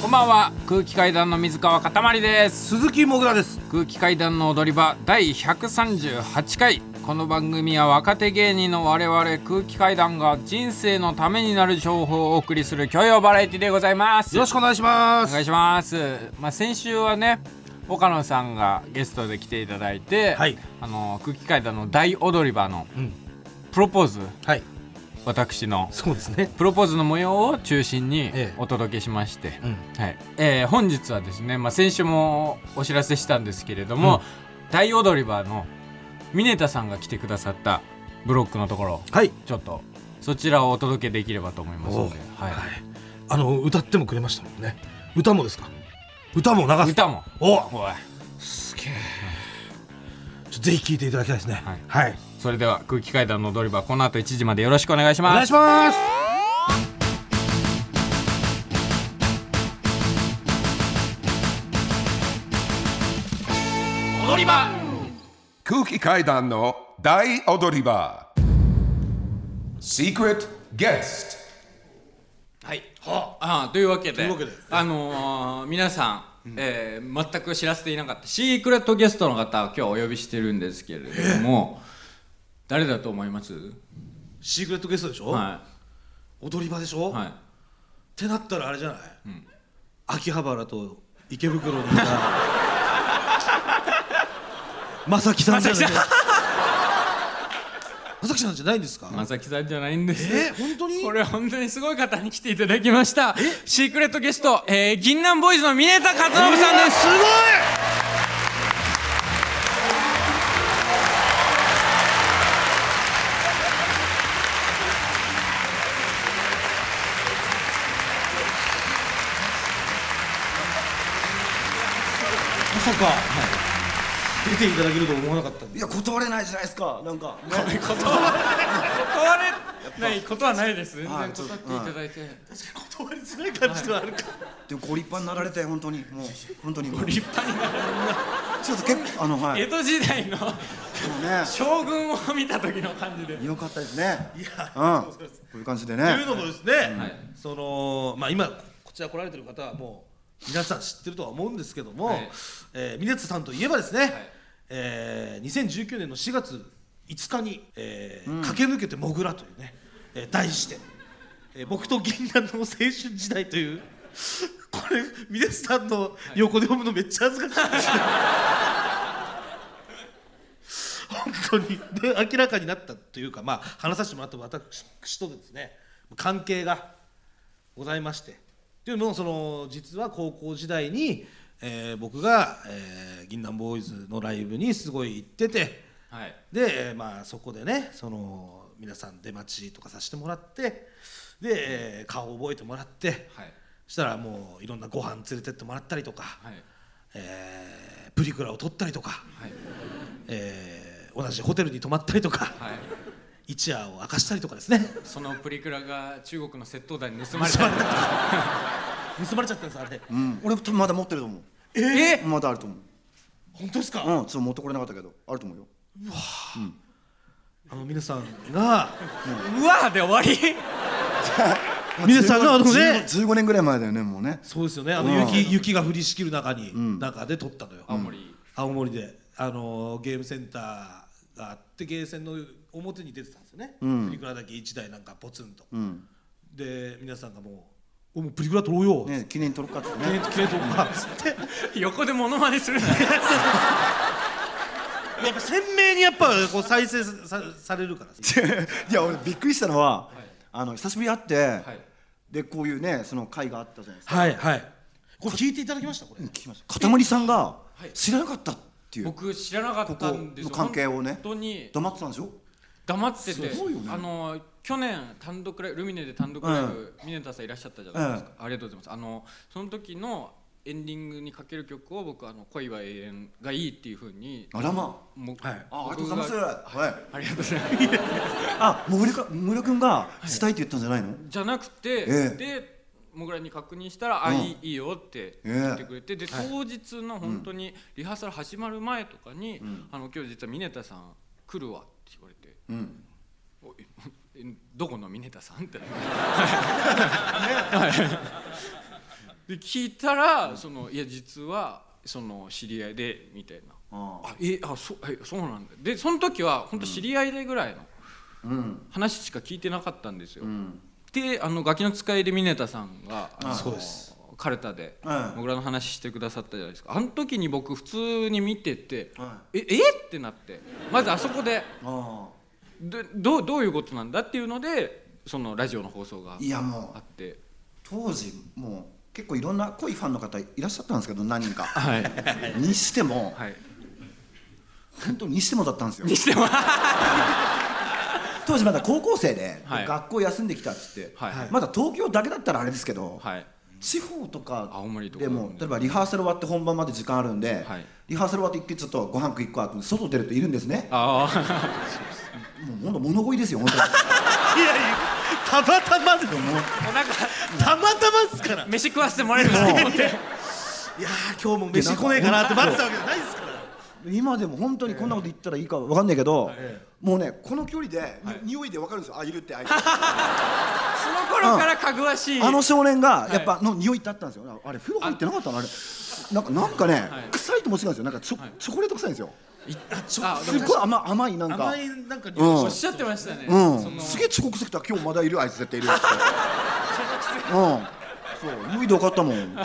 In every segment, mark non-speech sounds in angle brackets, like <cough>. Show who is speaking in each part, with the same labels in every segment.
Speaker 1: こんばんは空気階段の水川かたまりです
Speaker 2: 鈴木もぐらです
Speaker 1: 空気階段の踊り場第138回この番組は若手芸人の我々空気階段が人生のためになる情報をお送りする教養バラエティでございます
Speaker 2: よろしくお願いしま
Speaker 1: お
Speaker 2: す
Speaker 1: 願いします、まあ、先週はね岡野さんがゲストで来ていただいて、
Speaker 2: はい
Speaker 1: あの空気階段の大踊り場の
Speaker 2: うん
Speaker 1: プロポーズ
Speaker 2: はい
Speaker 1: 私の
Speaker 2: そうですね
Speaker 1: プロポーズの模様を中心に
Speaker 2: ええ
Speaker 1: お届けしまして、
Speaker 2: うん
Speaker 1: はいえー本日はですね、まあ、先週もお知らせしたんですけれども、大踊り場の峰田さんが来てくださったブロックのところ
Speaker 2: はい
Speaker 1: ちょっとそちらをお届けできればと思いますので、
Speaker 2: は
Speaker 1: はいい、
Speaker 2: あの歌ってもくれましたもんね歌もですか歌も流す
Speaker 1: 歌も
Speaker 2: お
Speaker 1: おい
Speaker 2: すげえちょぜひ聴いていただきたいですね
Speaker 1: はい
Speaker 2: はい
Speaker 1: それでは空気階段の踊り場この後1時までよろしくお願いし
Speaker 2: お願
Speaker 1: ま
Speaker 2: い
Speaker 1: す
Speaker 2: します
Speaker 1: 踊り場
Speaker 3: 空気階段の大踊り場 Secret Guest
Speaker 1: はい、ああというわけで
Speaker 2: というわけで
Speaker 1: あのー皆さん、えー全く知らせていなかったシークレットゲストの方を今日お呼びしてるんですけれども、誰だと思います
Speaker 2: シークレットゲストでしょ
Speaker 1: は
Speaker 2: 踊り場でしょ
Speaker 1: い、はい、
Speaker 2: ってなったらあれじゃない、秋葉原と池袋にい
Speaker 1: <laughs>
Speaker 2: た正木さんじゃない正木さんじゃないんですか、
Speaker 1: 正木さんじゃないんです
Speaker 2: えー本当に
Speaker 1: これ本当にすごい方に来ていただきましたシークレットゲスト、えー、銀杏ボーイズの峰田和伸さんです
Speaker 2: すごいまさか、出ていただけると思わなかったんで
Speaker 4: いや断れないじゃないですかなんか、ね、
Speaker 1: 断れないことはないです全然断
Speaker 4: は
Speaker 1: っ
Speaker 4: い
Speaker 1: ていただいて、
Speaker 2: 断りづらい感じではあるか
Speaker 4: でもご立派になられて本当にもう本当にもうち
Speaker 1: 立派になる
Speaker 4: ょっと結構あのはい
Speaker 1: 江戸時代の
Speaker 4: もうね
Speaker 1: 将軍を見た時の感じで
Speaker 4: よかったですね
Speaker 2: いや
Speaker 4: うん
Speaker 2: そう
Speaker 4: こ
Speaker 2: そうそう
Speaker 4: ういう感じで
Speaker 2: と
Speaker 4: ね
Speaker 2: いうのもですね、
Speaker 1: はい
Speaker 2: そのまあ今こちら来られてる方はもう皆さん知ってるとは思うんですけども、
Speaker 1: はい
Speaker 2: えー、峰津さんといえばですね、えー、2019年の4月5日に、えー駆け抜けてモグラというね、えー、題して、えー、僕と銀杏の青春時代というこれ峰津さんの横で読むのめっちゃ恥ずかしい、本当にで明らかになったというかまあ話させてもらった私とですね関係がございましてというのもその実は高校時代に、えー僕が、えー、銀杏ボーイズのライブにすごい行ってて
Speaker 1: はい
Speaker 2: で、えーまあ、そこでねその皆さん出待ちとかさせてもらってで、えー顔を覚えてもらって
Speaker 1: はい
Speaker 2: したらもういろんなご飯連れてってもらったりとか、
Speaker 1: はい
Speaker 2: えープリクラを撮ったりとか、
Speaker 1: はい
Speaker 2: えー同じホテルに泊まったりとか、
Speaker 1: はい
Speaker 2: 一夜を明かしたりとかですね。
Speaker 1: そのプリクラが中国の窃盗団に盗まれた
Speaker 2: 盗まれちゃったんですあれ
Speaker 4: うん俺多分まだ持ってると思う
Speaker 1: え
Speaker 4: まだあると思う
Speaker 2: 本当ですか、
Speaker 4: うんちょっと持ってこれなかったけどあると思うよ
Speaker 2: あの皆さんが
Speaker 1: うわーで終わり <laughs>
Speaker 2: 皆さんがあのね
Speaker 4: 15 15年ぐらい前だよねもうね
Speaker 2: そうですよねあの
Speaker 4: うん
Speaker 2: 雪,、雪が降りしきる中に、中で撮ったのよ青
Speaker 1: 森
Speaker 2: 青森であのゲームセンターがあってゲーセンの表に出てたんですよね、プリクラだけ1台なんかポツンと、
Speaker 4: うん
Speaker 2: で皆さんがもう「おもうプリクラ撮ろうよ」
Speaker 4: ね記念に撮ろっかっつって
Speaker 2: 記念
Speaker 4: ね
Speaker 2: 記念撮ろうかっつって
Speaker 1: 横でモノマネするな
Speaker 2: やっぱ鮮明にやっぱこう再生さされるから
Speaker 4: <laughs> いや俺びっくりしたのはあの久しぶりに会って
Speaker 1: はい
Speaker 4: でこういうねその会があったじゃないですか
Speaker 2: はいはいこれ聞いていただきましたこれ
Speaker 4: 聞きましたかたまりさんが知らなかったっていう
Speaker 1: 僕知らなかったんですよ
Speaker 4: ここの関係をね
Speaker 1: 本当に
Speaker 4: 黙ってたんでしょ
Speaker 1: 黙ってて、
Speaker 4: すごいよね
Speaker 1: あの去年単独ライブルミネで単独ライブ、ミネタさんいらっしゃったじゃないですか、ありがとうございますあのその時のエンディングにかける曲を僕あの恋は永遠がいいっていう風に
Speaker 4: あらま
Speaker 1: もう
Speaker 2: はい
Speaker 4: あありがとう
Speaker 1: 僕
Speaker 4: ございますはい
Speaker 1: ありがとうございます <laughs>
Speaker 4: あ、もぐりか、もぐりくんがしたいって言ったんじゃないの。
Speaker 1: じゃなくて、
Speaker 4: ええ
Speaker 1: でもぐらに確認したら「あ
Speaker 4: うん
Speaker 1: いいいいよ」って言ってくれて、で当日の本当にリハーサル始まる前とかに「あの今日実はミネタさん来るわ」って言われて
Speaker 4: うん。
Speaker 1: 「おい
Speaker 4: <laughs>
Speaker 1: えどこのミネタさん?」って
Speaker 2: で
Speaker 1: で聞いたらそのいや実はその知り合いでみたいな
Speaker 4: あ
Speaker 1: あえあそえそうなんだでその時は本当知り合いでぐらいの
Speaker 4: うん
Speaker 1: 話しか聞いてなかったんですよ、
Speaker 4: うん
Speaker 1: であのガキの使いでミネタさんがあの
Speaker 2: そうです
Speaker 1: カルタで
Speaker 4: うん
Speaker 1: 僕らの話してくださったじゃないですかあの時に僕普通に見てて
Speaker 4: うんあ
Speaker 1: ええってなってまずあそこで
Speaker 4: あ
Speaker 1: でどうどういうことなんだっていうのでそのラジオの放送が
Speaker 4: いやも
Speaker 1: あ
Speaker 4: う
Speaker 1: って
Speaker 4: 当時もう結構いろんな濃いファンの方いらっしゃったんですけど何人か
Speaker 1: はい
Speaker 4: にしても
Speaker 1: はい
Speaker 4: 本当にしてもだったんですよ
Speaker 1: にしてもは
Speaker 4: 当時まだ高校生で
Speaker 1: はい
Speaker 4: 学校休んできたっつって
Speaker 1: はい
Speaker 4: まだ東京だけだったらあれですけど
Speaker 1: い
Speaker 4: 地方とか
Speaker 1: 青森とか
Speaker 4: でも例えばリハーサル終わって本番まで時間あるんで
Speaker 1: はい
Speaker 4: リハーサル終わって一回ちょっとご飯食い行くわって外出るといるんですね
Speaker 1: ああ
Speaker 4: もうほんと物乞いですよ本当に
Speaker 2: いやいやたまたまですた
Speaker 1: <laughs>
Speaker 2: ま
Speaker 1: なんか
Speaker 2: たまですから
Speaker 1: 飯食わせてもらえるかと思って
Speaker 2: いやー今日も飯来ねえかなって待ってたわけじゃないですから
Speaker 4: <laughs> 今でも本当にこんなこと言ったらいいかわかんないけど
Speaker 2: え
Speaker 4: もうねこの距離でに匂いでわかるんですよあいる <laughs> ってあいつ
Speaker 1: その頃からかぐわしい
Speaker 4: あの
Speaker 1: は
Speaker 4: 少年がやっぱの匂いってあったんですよあれ風呂入ってなかったのあれなんかなんかね
Speaker 1: はい
Speaker 4: 臭いとも違うんですよなんかチョ
Speaker 1: い
Speaker 4: チョコレート臭いんですよ
Speaker 1: い
Speaker 2: あ
Speaker 1: あ
Speaker 2: で
Speaker 4: すっごい甘甘いなんか
Speaker 2: 甘いなんか
Speaker 4: うん
Speaker 1: おっしゃってましたね、そうの
Speaker 4: ん、すげえ遅刻してきた今日まだいるあいつ絶対いるよって <laughs> うんそう脱いでよかったもん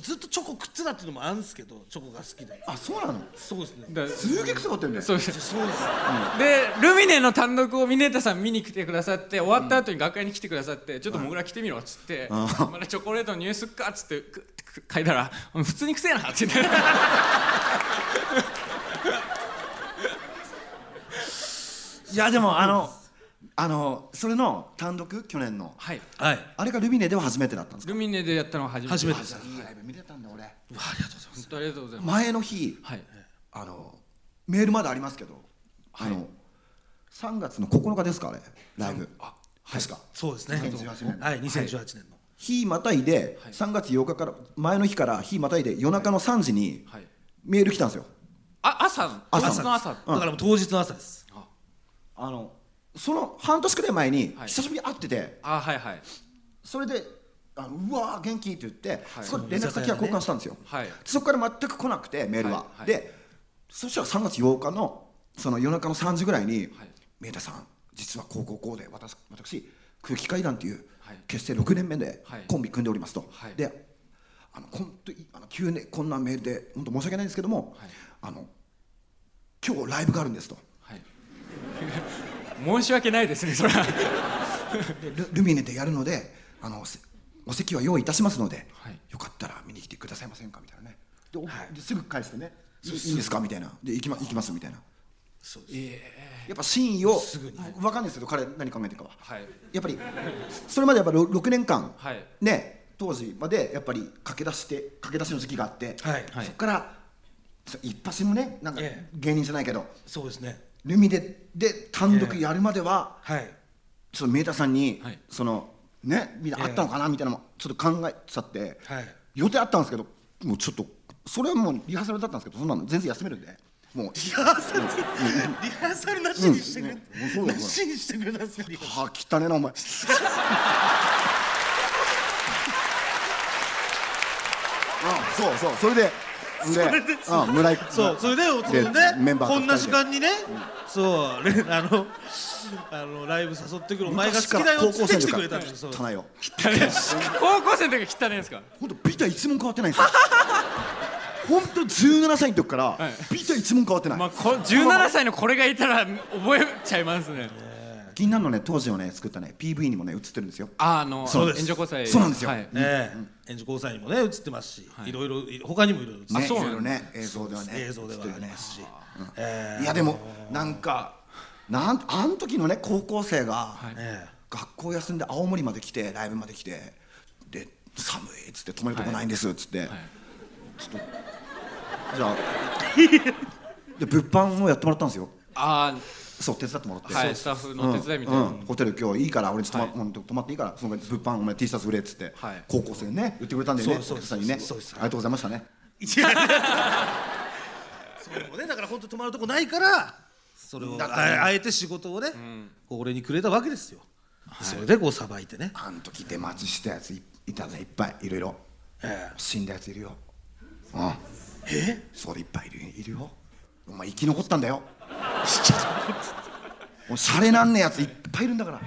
Speaker 2: ずっとチョコ食ってたっていうのもあるんですけどチョコが好きで
Speaker 4: あそうなの
Speaker 2: そうですね
Speaker 1: だ
Speaker 4: すげえ臭かったよね
Speaker 1: そうです
Speaker 2: そうです
Speaker 1: でルミネの単独をミネタさん見に来てくださって終わった後に学会に来てくださって「ちょっとモグラ来てみろ」っつって「
Speaker 4: ん
Speaker 1: まだチョコレートの匂いすっか」っつってくく嗅いだら「うん普通にくせえな」って言って
Speaker 4: いやでもあのあのそれの単独去年の
Speaker 1: はい
Speaker 2: はい
Speaker 4: あれがルミネでは初めてだったんですか
Speaker 1: ルミネでやったのは初めて
Speaker 2: 初めてで
Speaker 1: です
Speaker 2: す
Speaker 4: いいライブ見れたんだ俺
Speaker 2: ありがとうございます
Speaker 1: 本当ありがとうございます、
Speaker 4: 前の日
Speaker 1: はい、
Speaker 4: あのメールまだありますけど、あの3月の9日ですかあれライブあ確か
Speaker 2: そうですね
Speaker 4: 2018年
Speaker 2: はい2018年の
Speaker 4: 日またいで
Speaker 1: はい
Speaker 4: 3月8日から前の日から日またいで夜中の3時に
Speaker 1: はい、
Speaker 4: メール来たんですよ
Speaker 1: あ朝の
Speaker 4: 朝
Speaker 1: 明日の朝
Speaker 2: だからもう当日の朝です
Speaker 4: あのその半年くらい前に
Speaker 1: はい
Speaker 4: 久しぶりに会ってて、
Speaker 1: あはいはい
Speaker 4: それで「あのうわー元気」って言って、
Speaker 1: はい
Speaker 4: そこで連絡先は交換したんですよ、
Speaker 1: はい
Speaker 4: そこから全く来なくてメールは、
Speaker 1: はいはい
Speaker 4: でそしたら3月8日のその夜中の3時ぐらいに
Speaker 1: はい
Speaker 4: 「明、太、さん実はこうこうこうで私私空気階段という
Speaker 1: はい
Speaker 4: 結成6年目で
Speaker 1: はい
Speaker 4: コンビ組んでおりますと」
Speaker 1: はい
Speaker 4: であのほんといあの急にこんなメールで本当申し訳ないんですけども、
Speaker 1: はい
Speaker 4: あの今日ライブがあるんですと。
Speaker 1: はい申し訳ないですねそれは
Speaker 4: でルルミネでやるのであのせお席は用意いたしますので、
Speaker 1: はい
Speaker 4: よかったら見に来てくださいませんかみたいなねで,お、ですぐ返してねいいいんですかみたいなで行き,、ま、行きますみたいなやっぱ真意を分かんないですけど彼何考えてるかは
Speaker 1: はい
Speaker 4: やっぱりそれまでやっぱろ6年間、
Speaker 1: はい
Speaker 4: ね当時までやっぱり駆け出して駆け出しの時期があって、
Speaker 2: はい
Speaker 1: はい
Speaker 4: そこからそ一発もねなんか
Speaker 2: え
Speaker 4: 芸人じゃないけど
Speaker 2: そうですね
Speaker 4: ルミネで単独やるまでは、
Speaker 2: はい
Speaker 4: ちょっとメーターさんに、
Speaker 1: はい
Speaker 4: そのねみんなあったのかなみたいなのもちょっと考えちゃって、
Speaker 2: はい
Speaker 4: 予定あったんですけどもうちょっとそれはもうリハーサルだったんですけどそんなの全然休めるんでもう
Speaker 2: リハーサルリハーサルなしにしてくれ
Speaker 4: うんそうだ
Speaker 2: な
Speaker 4: よ
Speaker 2: しにしてくださいよ
Speaker 4: はあ汚ねえなお前あそうそうそれでそ
Speaker 2: それで
Speaker 4: あ村井君
Speaker 2: <laughs> そうそれでその
Speaker 4: でメ
Speaker 2: ね
Speaker 4: ンバーと
Speaker 2: こんな時
Speaker 4: 二人で
Speaker 2: 間にねそうれ <laughs> あのあのライブ誘ってくるお前が好
Speaker 4: 昔か
Speaker 2: きだ
Speaker 4: ら
Speaker 2: よっつって来て
Speaker 4: 高
Speaker 2: くれ
Speaker 4: 校生
Speaker 2: た
Speaker 4: の
Speaker 2: のよそう
Speaker 4: 時から汚いよ
Speaker 1: 高校生の時汚いんですか
Speaker 4: 本当ビタ一問変わってな
Speaker 1: <laughs>
Speaker 4: いんですよ本当17歳の時から
Speaker 1: はい
Speaker 4: ビタ一問変わってない、
Speaker 1: まあ、こ17歳のこれがいたら覚えちゃいますね。
Speaker 4: 銀杏のね当時のね作ったね PV にもね映ってるんですよ
Speaker 1: ああの
Speaker 2: そうです
Speaker 1: 援助交際
Speaker 4: そうなんですよ
Speaker 1: はい、
Speaker 2: ねえ演じ交際にもね映ってますしいろいろい他にもいろいろ映って
Speaker 4: ね、
Speaker 2: ま
Speaker 1: あそうなんだ
Speaker 4: いろいろね映像ではね
Speaker 2: す映像ではあ
Speaker 4: 映って
Speaker 2: り
Speaker 4: るよね
Speaker 2: ますしえ
Speaker 4: いやでもなんかなんあの時のね高校生が
Speaker 1: い
Speaker 2: え
Speaker 4: <laughs>
Speaker 2: え
Speaker 4: 学校休んで青森まで来てライブまで来てで寒いっつって泊めるとこないんですっつって、じゃあで物販をやってもらったんですよ
Speaker 1: あ
Speaker 4: そう手伝ってもらって、
Speaker 1: あはいス
Speaker 4: そう
Speaker 1: タッフの手伝いみたいな、
Speaker 4: うんうんホテル今日いいから俺に泊ま,、
Speaker 1: はい
Speaker 4: もう泊まっていいからその物販お前 T シャツ売れっつって、
Speaker 1: はい
Speaker 4: 高校生にね売ってくれたんでね
Speaker 2: そう
Speaker 4: お
Speaker 2: で
Speaker 4: 客
Speaker 2: す
Speaker 4: さんにねあり
Speaker 2: そうですそうです
Speaker 4: がとうございましたね
Speaker 2: いやそれもねだから本当泊まるとこないからそれを
Speaker 4: だ
Speaker 2: あ
Speaker 4: からね
Speaker 2: あえて仕事をね、こう俺にくれたわけですよ、それでこうさばいてね
Speaker 4: あの時出待ちしたやついいたぜいっぱいいろいろ
Speaker 2: え
Speaker 4: 死んだやついるようんえそれいっぱいいるいるよお前生き残ったんだよもうシャレなんねえやついっぱいいるんだから
Speaker 2: え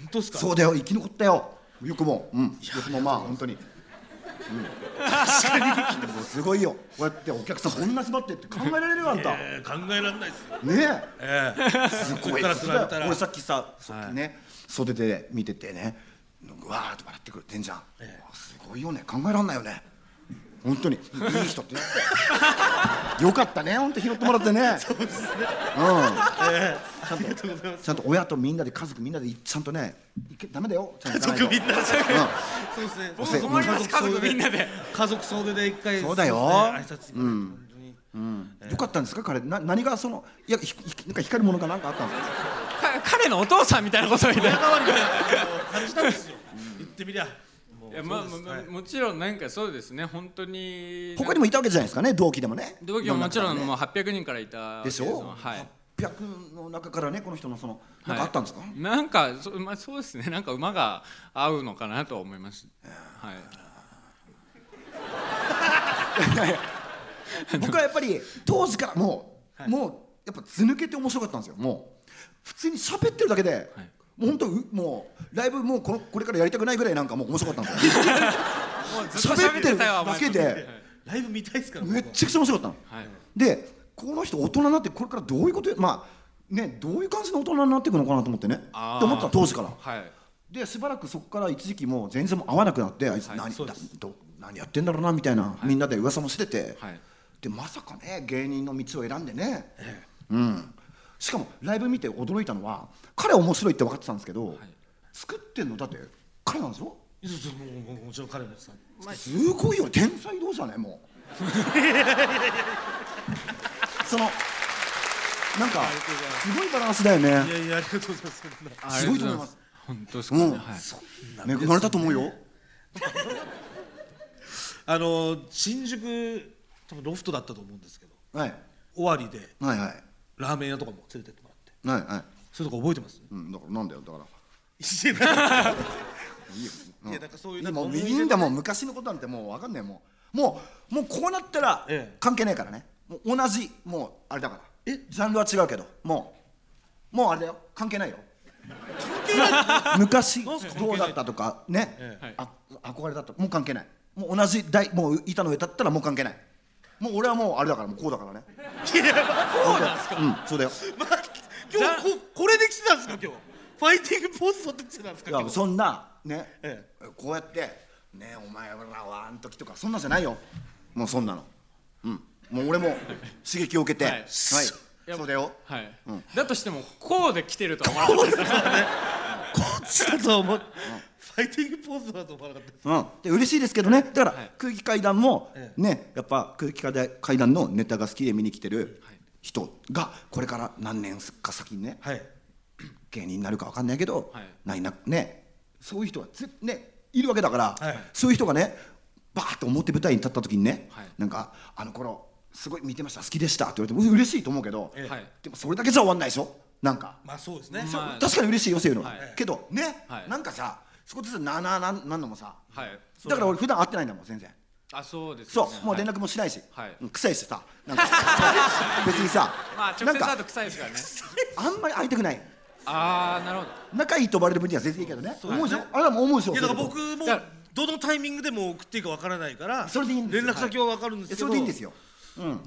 Speaker 2: 本当ですか
Speaker 4: そうだよ生き残ったよよくもうんよくもまあ本当に、うん、もうすごいよこうやってお客さんこんな座ってって考えられるよあんたね
Speaker 2: えー考えられないですよ
Speaker 4: え
Speaker 2: え
Speaker 4: すごい
Speaker 2: これから比べたら
Speaker 4: 俺さっきささっきね、袖で見ててねうわーって笑ってくれてんじゃん、すごいよね考えらんないよね本当にいい人ってねよかったね本当拾ってもらって
Speaker 2: <laughs>
Speaker 4: ねそうですねうん
Speaker 2: ありがとうございます
Speaker 4: ちゃんと親とみんなで家族みんなでちゃんとねいけダメだよちゃんと行かな
Speaker 2: 族
Speaker 4: いと
Speaker 2: みんなでそうですね
Speaker 4: お世
Speaker 2: 僕
Speaker 4: 話
Speaker 2: も
Speaker 1: 困ります家族みんなで
Speaker 2: 家族総出で一回
Speaker 4: そうだよ
Speaker 2: そうですね挨拶本当に
Speaker 4: うんよかったんですか彼な何がそのいやひひなんか光るものかなんかあったんですか
Speaker 1: 彼のお父さんみたいなことみたいな
Speaker 2: 親代わりみたいな感じたんですよ言ってみりゃもう
Speaker 1: いやまあ
Speaker 2: そうです
Speaker 1: まあ
Speaker 2: は
Speaker 1: ま
Speaker 2: い
Speaker 1: あもちろんなんかそうですね本当に
Speaker 4: 他にもいたわけじゃないですかね同期でもね
Speaker 1: 同期ももちろんもう
Speaker 4: の
Speaker 1: 800人からいた
Speaker 4: でし
Speaker 1: わけ
Speaker 4: ょ
Speaker 1: すはい
Speaker 4: 800の中からねこの人のそのなん
Speaker 1: はい
Speaker 4: かあ
Speaker 1: <laughs>
Speaker 4: ったんですか
Speaker 1: なんかそ,、まあ、そうですねなんか馬が合うのかなとは思いますはい
Speaker 4: 僕はやっぱり当時からもうもうやっぱ図抜けて面白かったんですよもう普通に喋ってるだけで
Speaker 1: い
Speaker 4: もう本当うもうライブもうこのこれからやりたくないぐらいなんかもう面白かったんですよ
Speaker 1: もう <laughs> ずっと
Speaker 4: 喋ってるだけ
Speaker 1: 喋ってたよ
Speaker 4: で
Speaker 2: ライブ見たいですから
Speaker 4: めっ
Speaker 2: 僕は
Speaker 4: ちゃくちゃ面白かったの。
Speaker 1: お前はい
Speaker 4: でこの人大人になってこれからどういうことまあねどういう感じの大人になっていくのかなと思ってね
Speaker 1: あー
Speaker 4: って思ったの当時から
Speaker 1: はい
Speaker 4: でしばらくそこから一時期もう全然もう会わなくなってあいつ何,、
Speaker 2: そう
Speaker 4: だ
Speaker 2: で
Speaker 4: ど何やってんだろうなみたいな、みんなで噂もしてて、
Speaker 1: はい
Speaker 4: でまさかね芸人の道を選んでね、うん、しかもライブ見て驚いたのは彼は面白いって分かってたんですけど、作ってんのだって彼なんですよ
Speaker 2: そうそうもうもうもちろん彼もさ
Speaker 4: すごいよ天才同士だね <laughs> もうそのなんかすごいバランスだよ
Speaker 2: い
Speaker 4: ね
Speaker 2: やいやありがとうございますそんな
Speaker 4: すごいと思います
Speaker 1: 本当ですかね、
Speaker 4: うん
Speaker 1: はい
Speaker 4: 恵まれたと思うよ
Speaker 2: あの新宿多分ロフトだったと思うんですけど
Speaker 4: はい
Speaker 2: 終わりで
Speaker 4: はいはい
Speaker 2: ラーメン屋とかも連れてってもらって
Speaker 4: はいはい
Speaker 2: そういうとこ覚えてます
Speaker 4: うんだからなんだよだから
Speaker 2: いやなんかいやなんかそういうなんか
Speaker 4: もう
Speaker 2: 思い出
Speaker 4: いいんだもう昔のことなんてもう分かんないもうもうもうこうなったら
Speaker 2: ええ
Speaker 4: 関係ないからねもう同じもうあれだから
Speaker 2: え
Speaker 4: ジャンルは違うけどもうもうあれだよ関係ないよ関係ない <laughs> 昔
Speaker 2: なんすか
Speaker 4: どうだったとかね、
Speaker 2: え
Speaker 1: え
Speaker 4: あ憧れだったもう関係ないもう同じ台もう板の上だったらもう関係ないもう俺はもうあれだからもうこうだからねこうなんすかうんそうだよ
Speaker 2: まあ今日ここれできてたんですか今日ファイティングポーズ取ってきてたんですか
Speaker 4: いや
Speaker 2: 今日
Speaker 4: そんなね、
Speaker 2: え
Speaker 4: こうやって「ねお前らはあん時」とかそんなんじゃないよもうそんなのうんもう俺も刺激を受けては、
Speaker 1: はいい
Speaker 4: そうだよ
Speaker 1: はい、
Speaker 4: ん
Speaker 1: だとしてもこうで来てるとは思わなかったです
Speaker 2: こっちだとは思うファイティングポーズだと思わなかったです
Speaker 4: うん、で嬉しいですけどねだから
Speaker 1: はい
Speaker 4: 空気階段も
Speaker 2: ええ
Speaker 4: ねやっぱ空気階段のネタが好きで見に来てる人がこれから何年か先にね
Speaker 2: はい
Speaker 4: 芸人になるか分かんないけど、
Speaker 1: はい
Speaker 4: ないなねそういう人がぜねいるわけだから、
Speaker 2: はい
Speaker 4: そういう人がねバーッと表舞台に立った時にね、
Speaker 1: はい
Speaker 4: なんか「あの頃すごい見てました好きでした」って言われてもう嬉しいと思うけど、
Speaker 2: ええ
Speaker 1: はい
Speaker 4: でもそれだけじゃ終わんないでしょなんか、
Speaker 2: まあそうですね
Speaker 1: まあ
Speaker 4: 確かに嬉しいよそういうの、
Speaker 1: はい
Speaker 4: けどね、
Speaker 1: はい
Speaker 4: なんかさそこでさなあなあなんなんのもさ
Speaker 1: はい
Speaker 4: だから俺普段会ってないんだもん全然。
Speaker 1: あそうです
Speaker 4: そ
Speaker 1: よ
Speaker 4: う
Speaker 1: ね、
Speaker 4: もう連
Speaker 1: はい
Speaker 4: 絡もしないし、
Speaker 1: はい
Speaker 4: うん臭いしさなんか別にさ、
Speaker 1: まあ直接
Speaker 4: なん
Speaker 1: 会う
Speaker 4: か
Speaker 1: と臭いですからね
Speaker 4: あんまり会いたくない
Speaker 1: ああなるほど
Speaker 4: 仲いいと呼ばれる分には全然いいけどね
Speaker 2: う
Speaker 4: 思うでしょ、あれはもう思うでしょ
Speaker 2: いやだから
Speaker 4: そういうこと
Speaker 2: 僕も
Speaker 1: だから
Speaker 2: どのタイミングでも送っていいかわからないから
Speaker 4: それでいいんですよ
Speaker 2: 連絡先はわかるんです
Speaker 4: え
Speaker 2: けど
Speaker 4: それでいいんですよ、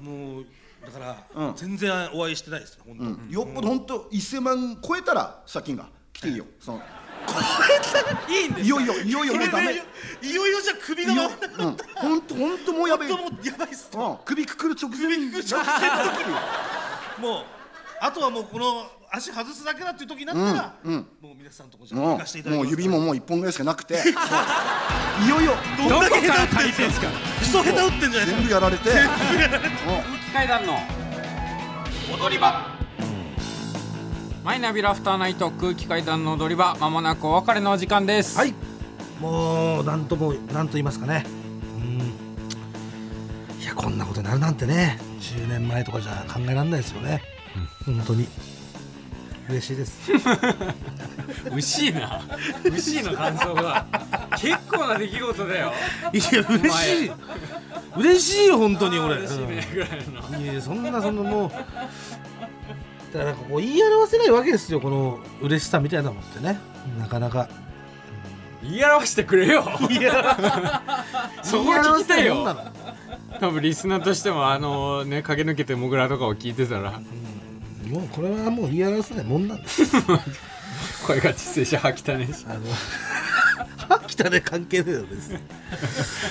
Speaker 2: もうだか
Speaker 4: う
Speaker 2: ら
Speaker 4: ん
Speaker 2: 全然お会いしてないです本当に
Speaker 4: よっぽど本当1000万超えたら借金が来ていいよ、その
Speaker 1: いいんで
Speaker 4: い
Speaker 1: す
Speaker 4: よ
Speaker 1: か
Speaker 4: いよいよいよもうダメいよ
Speaker 2: いよいよじゃあ首が回らなくなっ
Speaker 4: 本当本当もうや
Speaker 2: た
Speaker 4: べえ、
Speaker 2: とも
Speaker 4: う
Speaker 2: うやばいっす
Speaker 4: ん、首くくる直前に
Speaker 2: 直前の時にもうあとはもうこの足外すだけだっていう時になったら、もう皆さんとこじゃあ行かせていた
Speaker 4: うん、
Speaker 2: だきま
Speaker 4: もう
Speaker 2: す
Speaker 4: 指ももう1本ぐらいしかなくてそういよいよ
Speaker 2: どんだけ下手打ってんすかクソ下手打ってんじゃない
Speaker 4: 全部やられて
Speaker 1: 階段の踊り場マイナビラフターナイト空気階段の踊り場まもなくお別れのお時間です
Speaker 2: はいもうなんともなんと言いますかねうんいやこんなことになるなんてね10年前とかじゃ考えられないですよね、本当に嬉しいです
Speaker 1: 牛いな牛いの感想が結構な出来事だよ
Speaker 2: いや嬉しい嬉しいよ本当に俺
Speaker 1: 嬉しいねぐらいの
Speaker 2: うんいやいやそんなそんなもうだからなんかこう言い表せないわけですよこの嬉しさみたいなもんってねなかなか
Speaker 1: 言い表してくれよ
Speaker 2: いや
Speaker 1: そこは聞きたいよ
Speaker 2: 言表せなもんなの
Speaker 1: 多分リスナーとしてもあのね駆け抜けてモグラとかを聞いてたら
Speaker 2: もうこれはもう言い表せないもんなんです
Speaker 1: 声がちっせえし歯汚ねえし
Speaker 2: あの歯汚ね関係ねえよ別に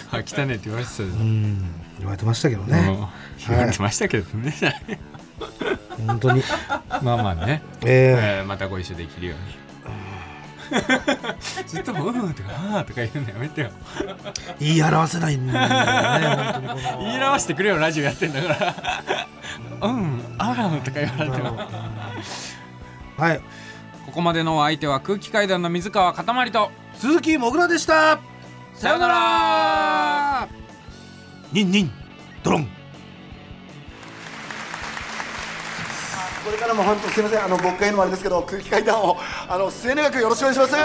Speaker 1: 歯汚ねえって言われてたじゃ
Speaker 2: うんん言われてましたけど
Speaker 1: うん
Speaker 2: ね
Speaker 1: 言われてましたけどね
Speaker 2: 本当に
Speaker 1: まあまあね
Speaker 2: <laughs> え
Speaker 1: えーまたご一緒できるようにずっと「うん」とか「ああ」とか言うのやめてよ
Speaker 2: え言い表せないんだよね本当にこの
Speaker 1: 言い表してくれよラジオやってんだから「うん」「ああ」とか言われても
Speaker 2: はい
Speaker 1: ここまでのお相手は空気階段の水川かたまりと
Speaker 2: <laughs> 鈴木もぐらでした
Speaker 1: さよなら
Speaker 2: ニンニンドロン
Speaker 4: これからも本当すみませんあの僕が言うのもあれですけど空気階段をあの末永くよろしくお願いします
Speaker 2: あ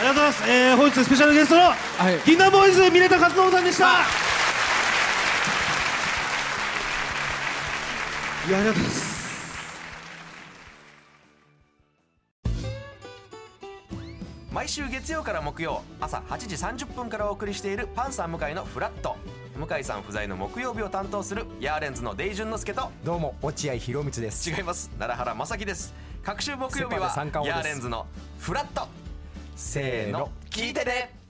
Speaker 2: りがとうございます、えー、本日スペシャルゲストの、
Speaker 1: い
Speaker 2: 銀杏ボーイズ峰田勝信さんでしたいやありがとうございます
Speaker 5: 毎週月曜から木曜朝8時30分からお送りしているパンサー向井のフラット向井さん不在の木曜日を担当するヤーレンズのデイジュンの之介と
Speaker 6: どうも落合博満です
Speaker 5: 違います奈良原正樹です各週木曜日は
Speaker 6: セパで三冠王
Speaker 5: ヤ
Speaker 6: で
Speaker 5: ー
Speaker 6: す
Speaker 5: レンズのフラットせーの聞いてね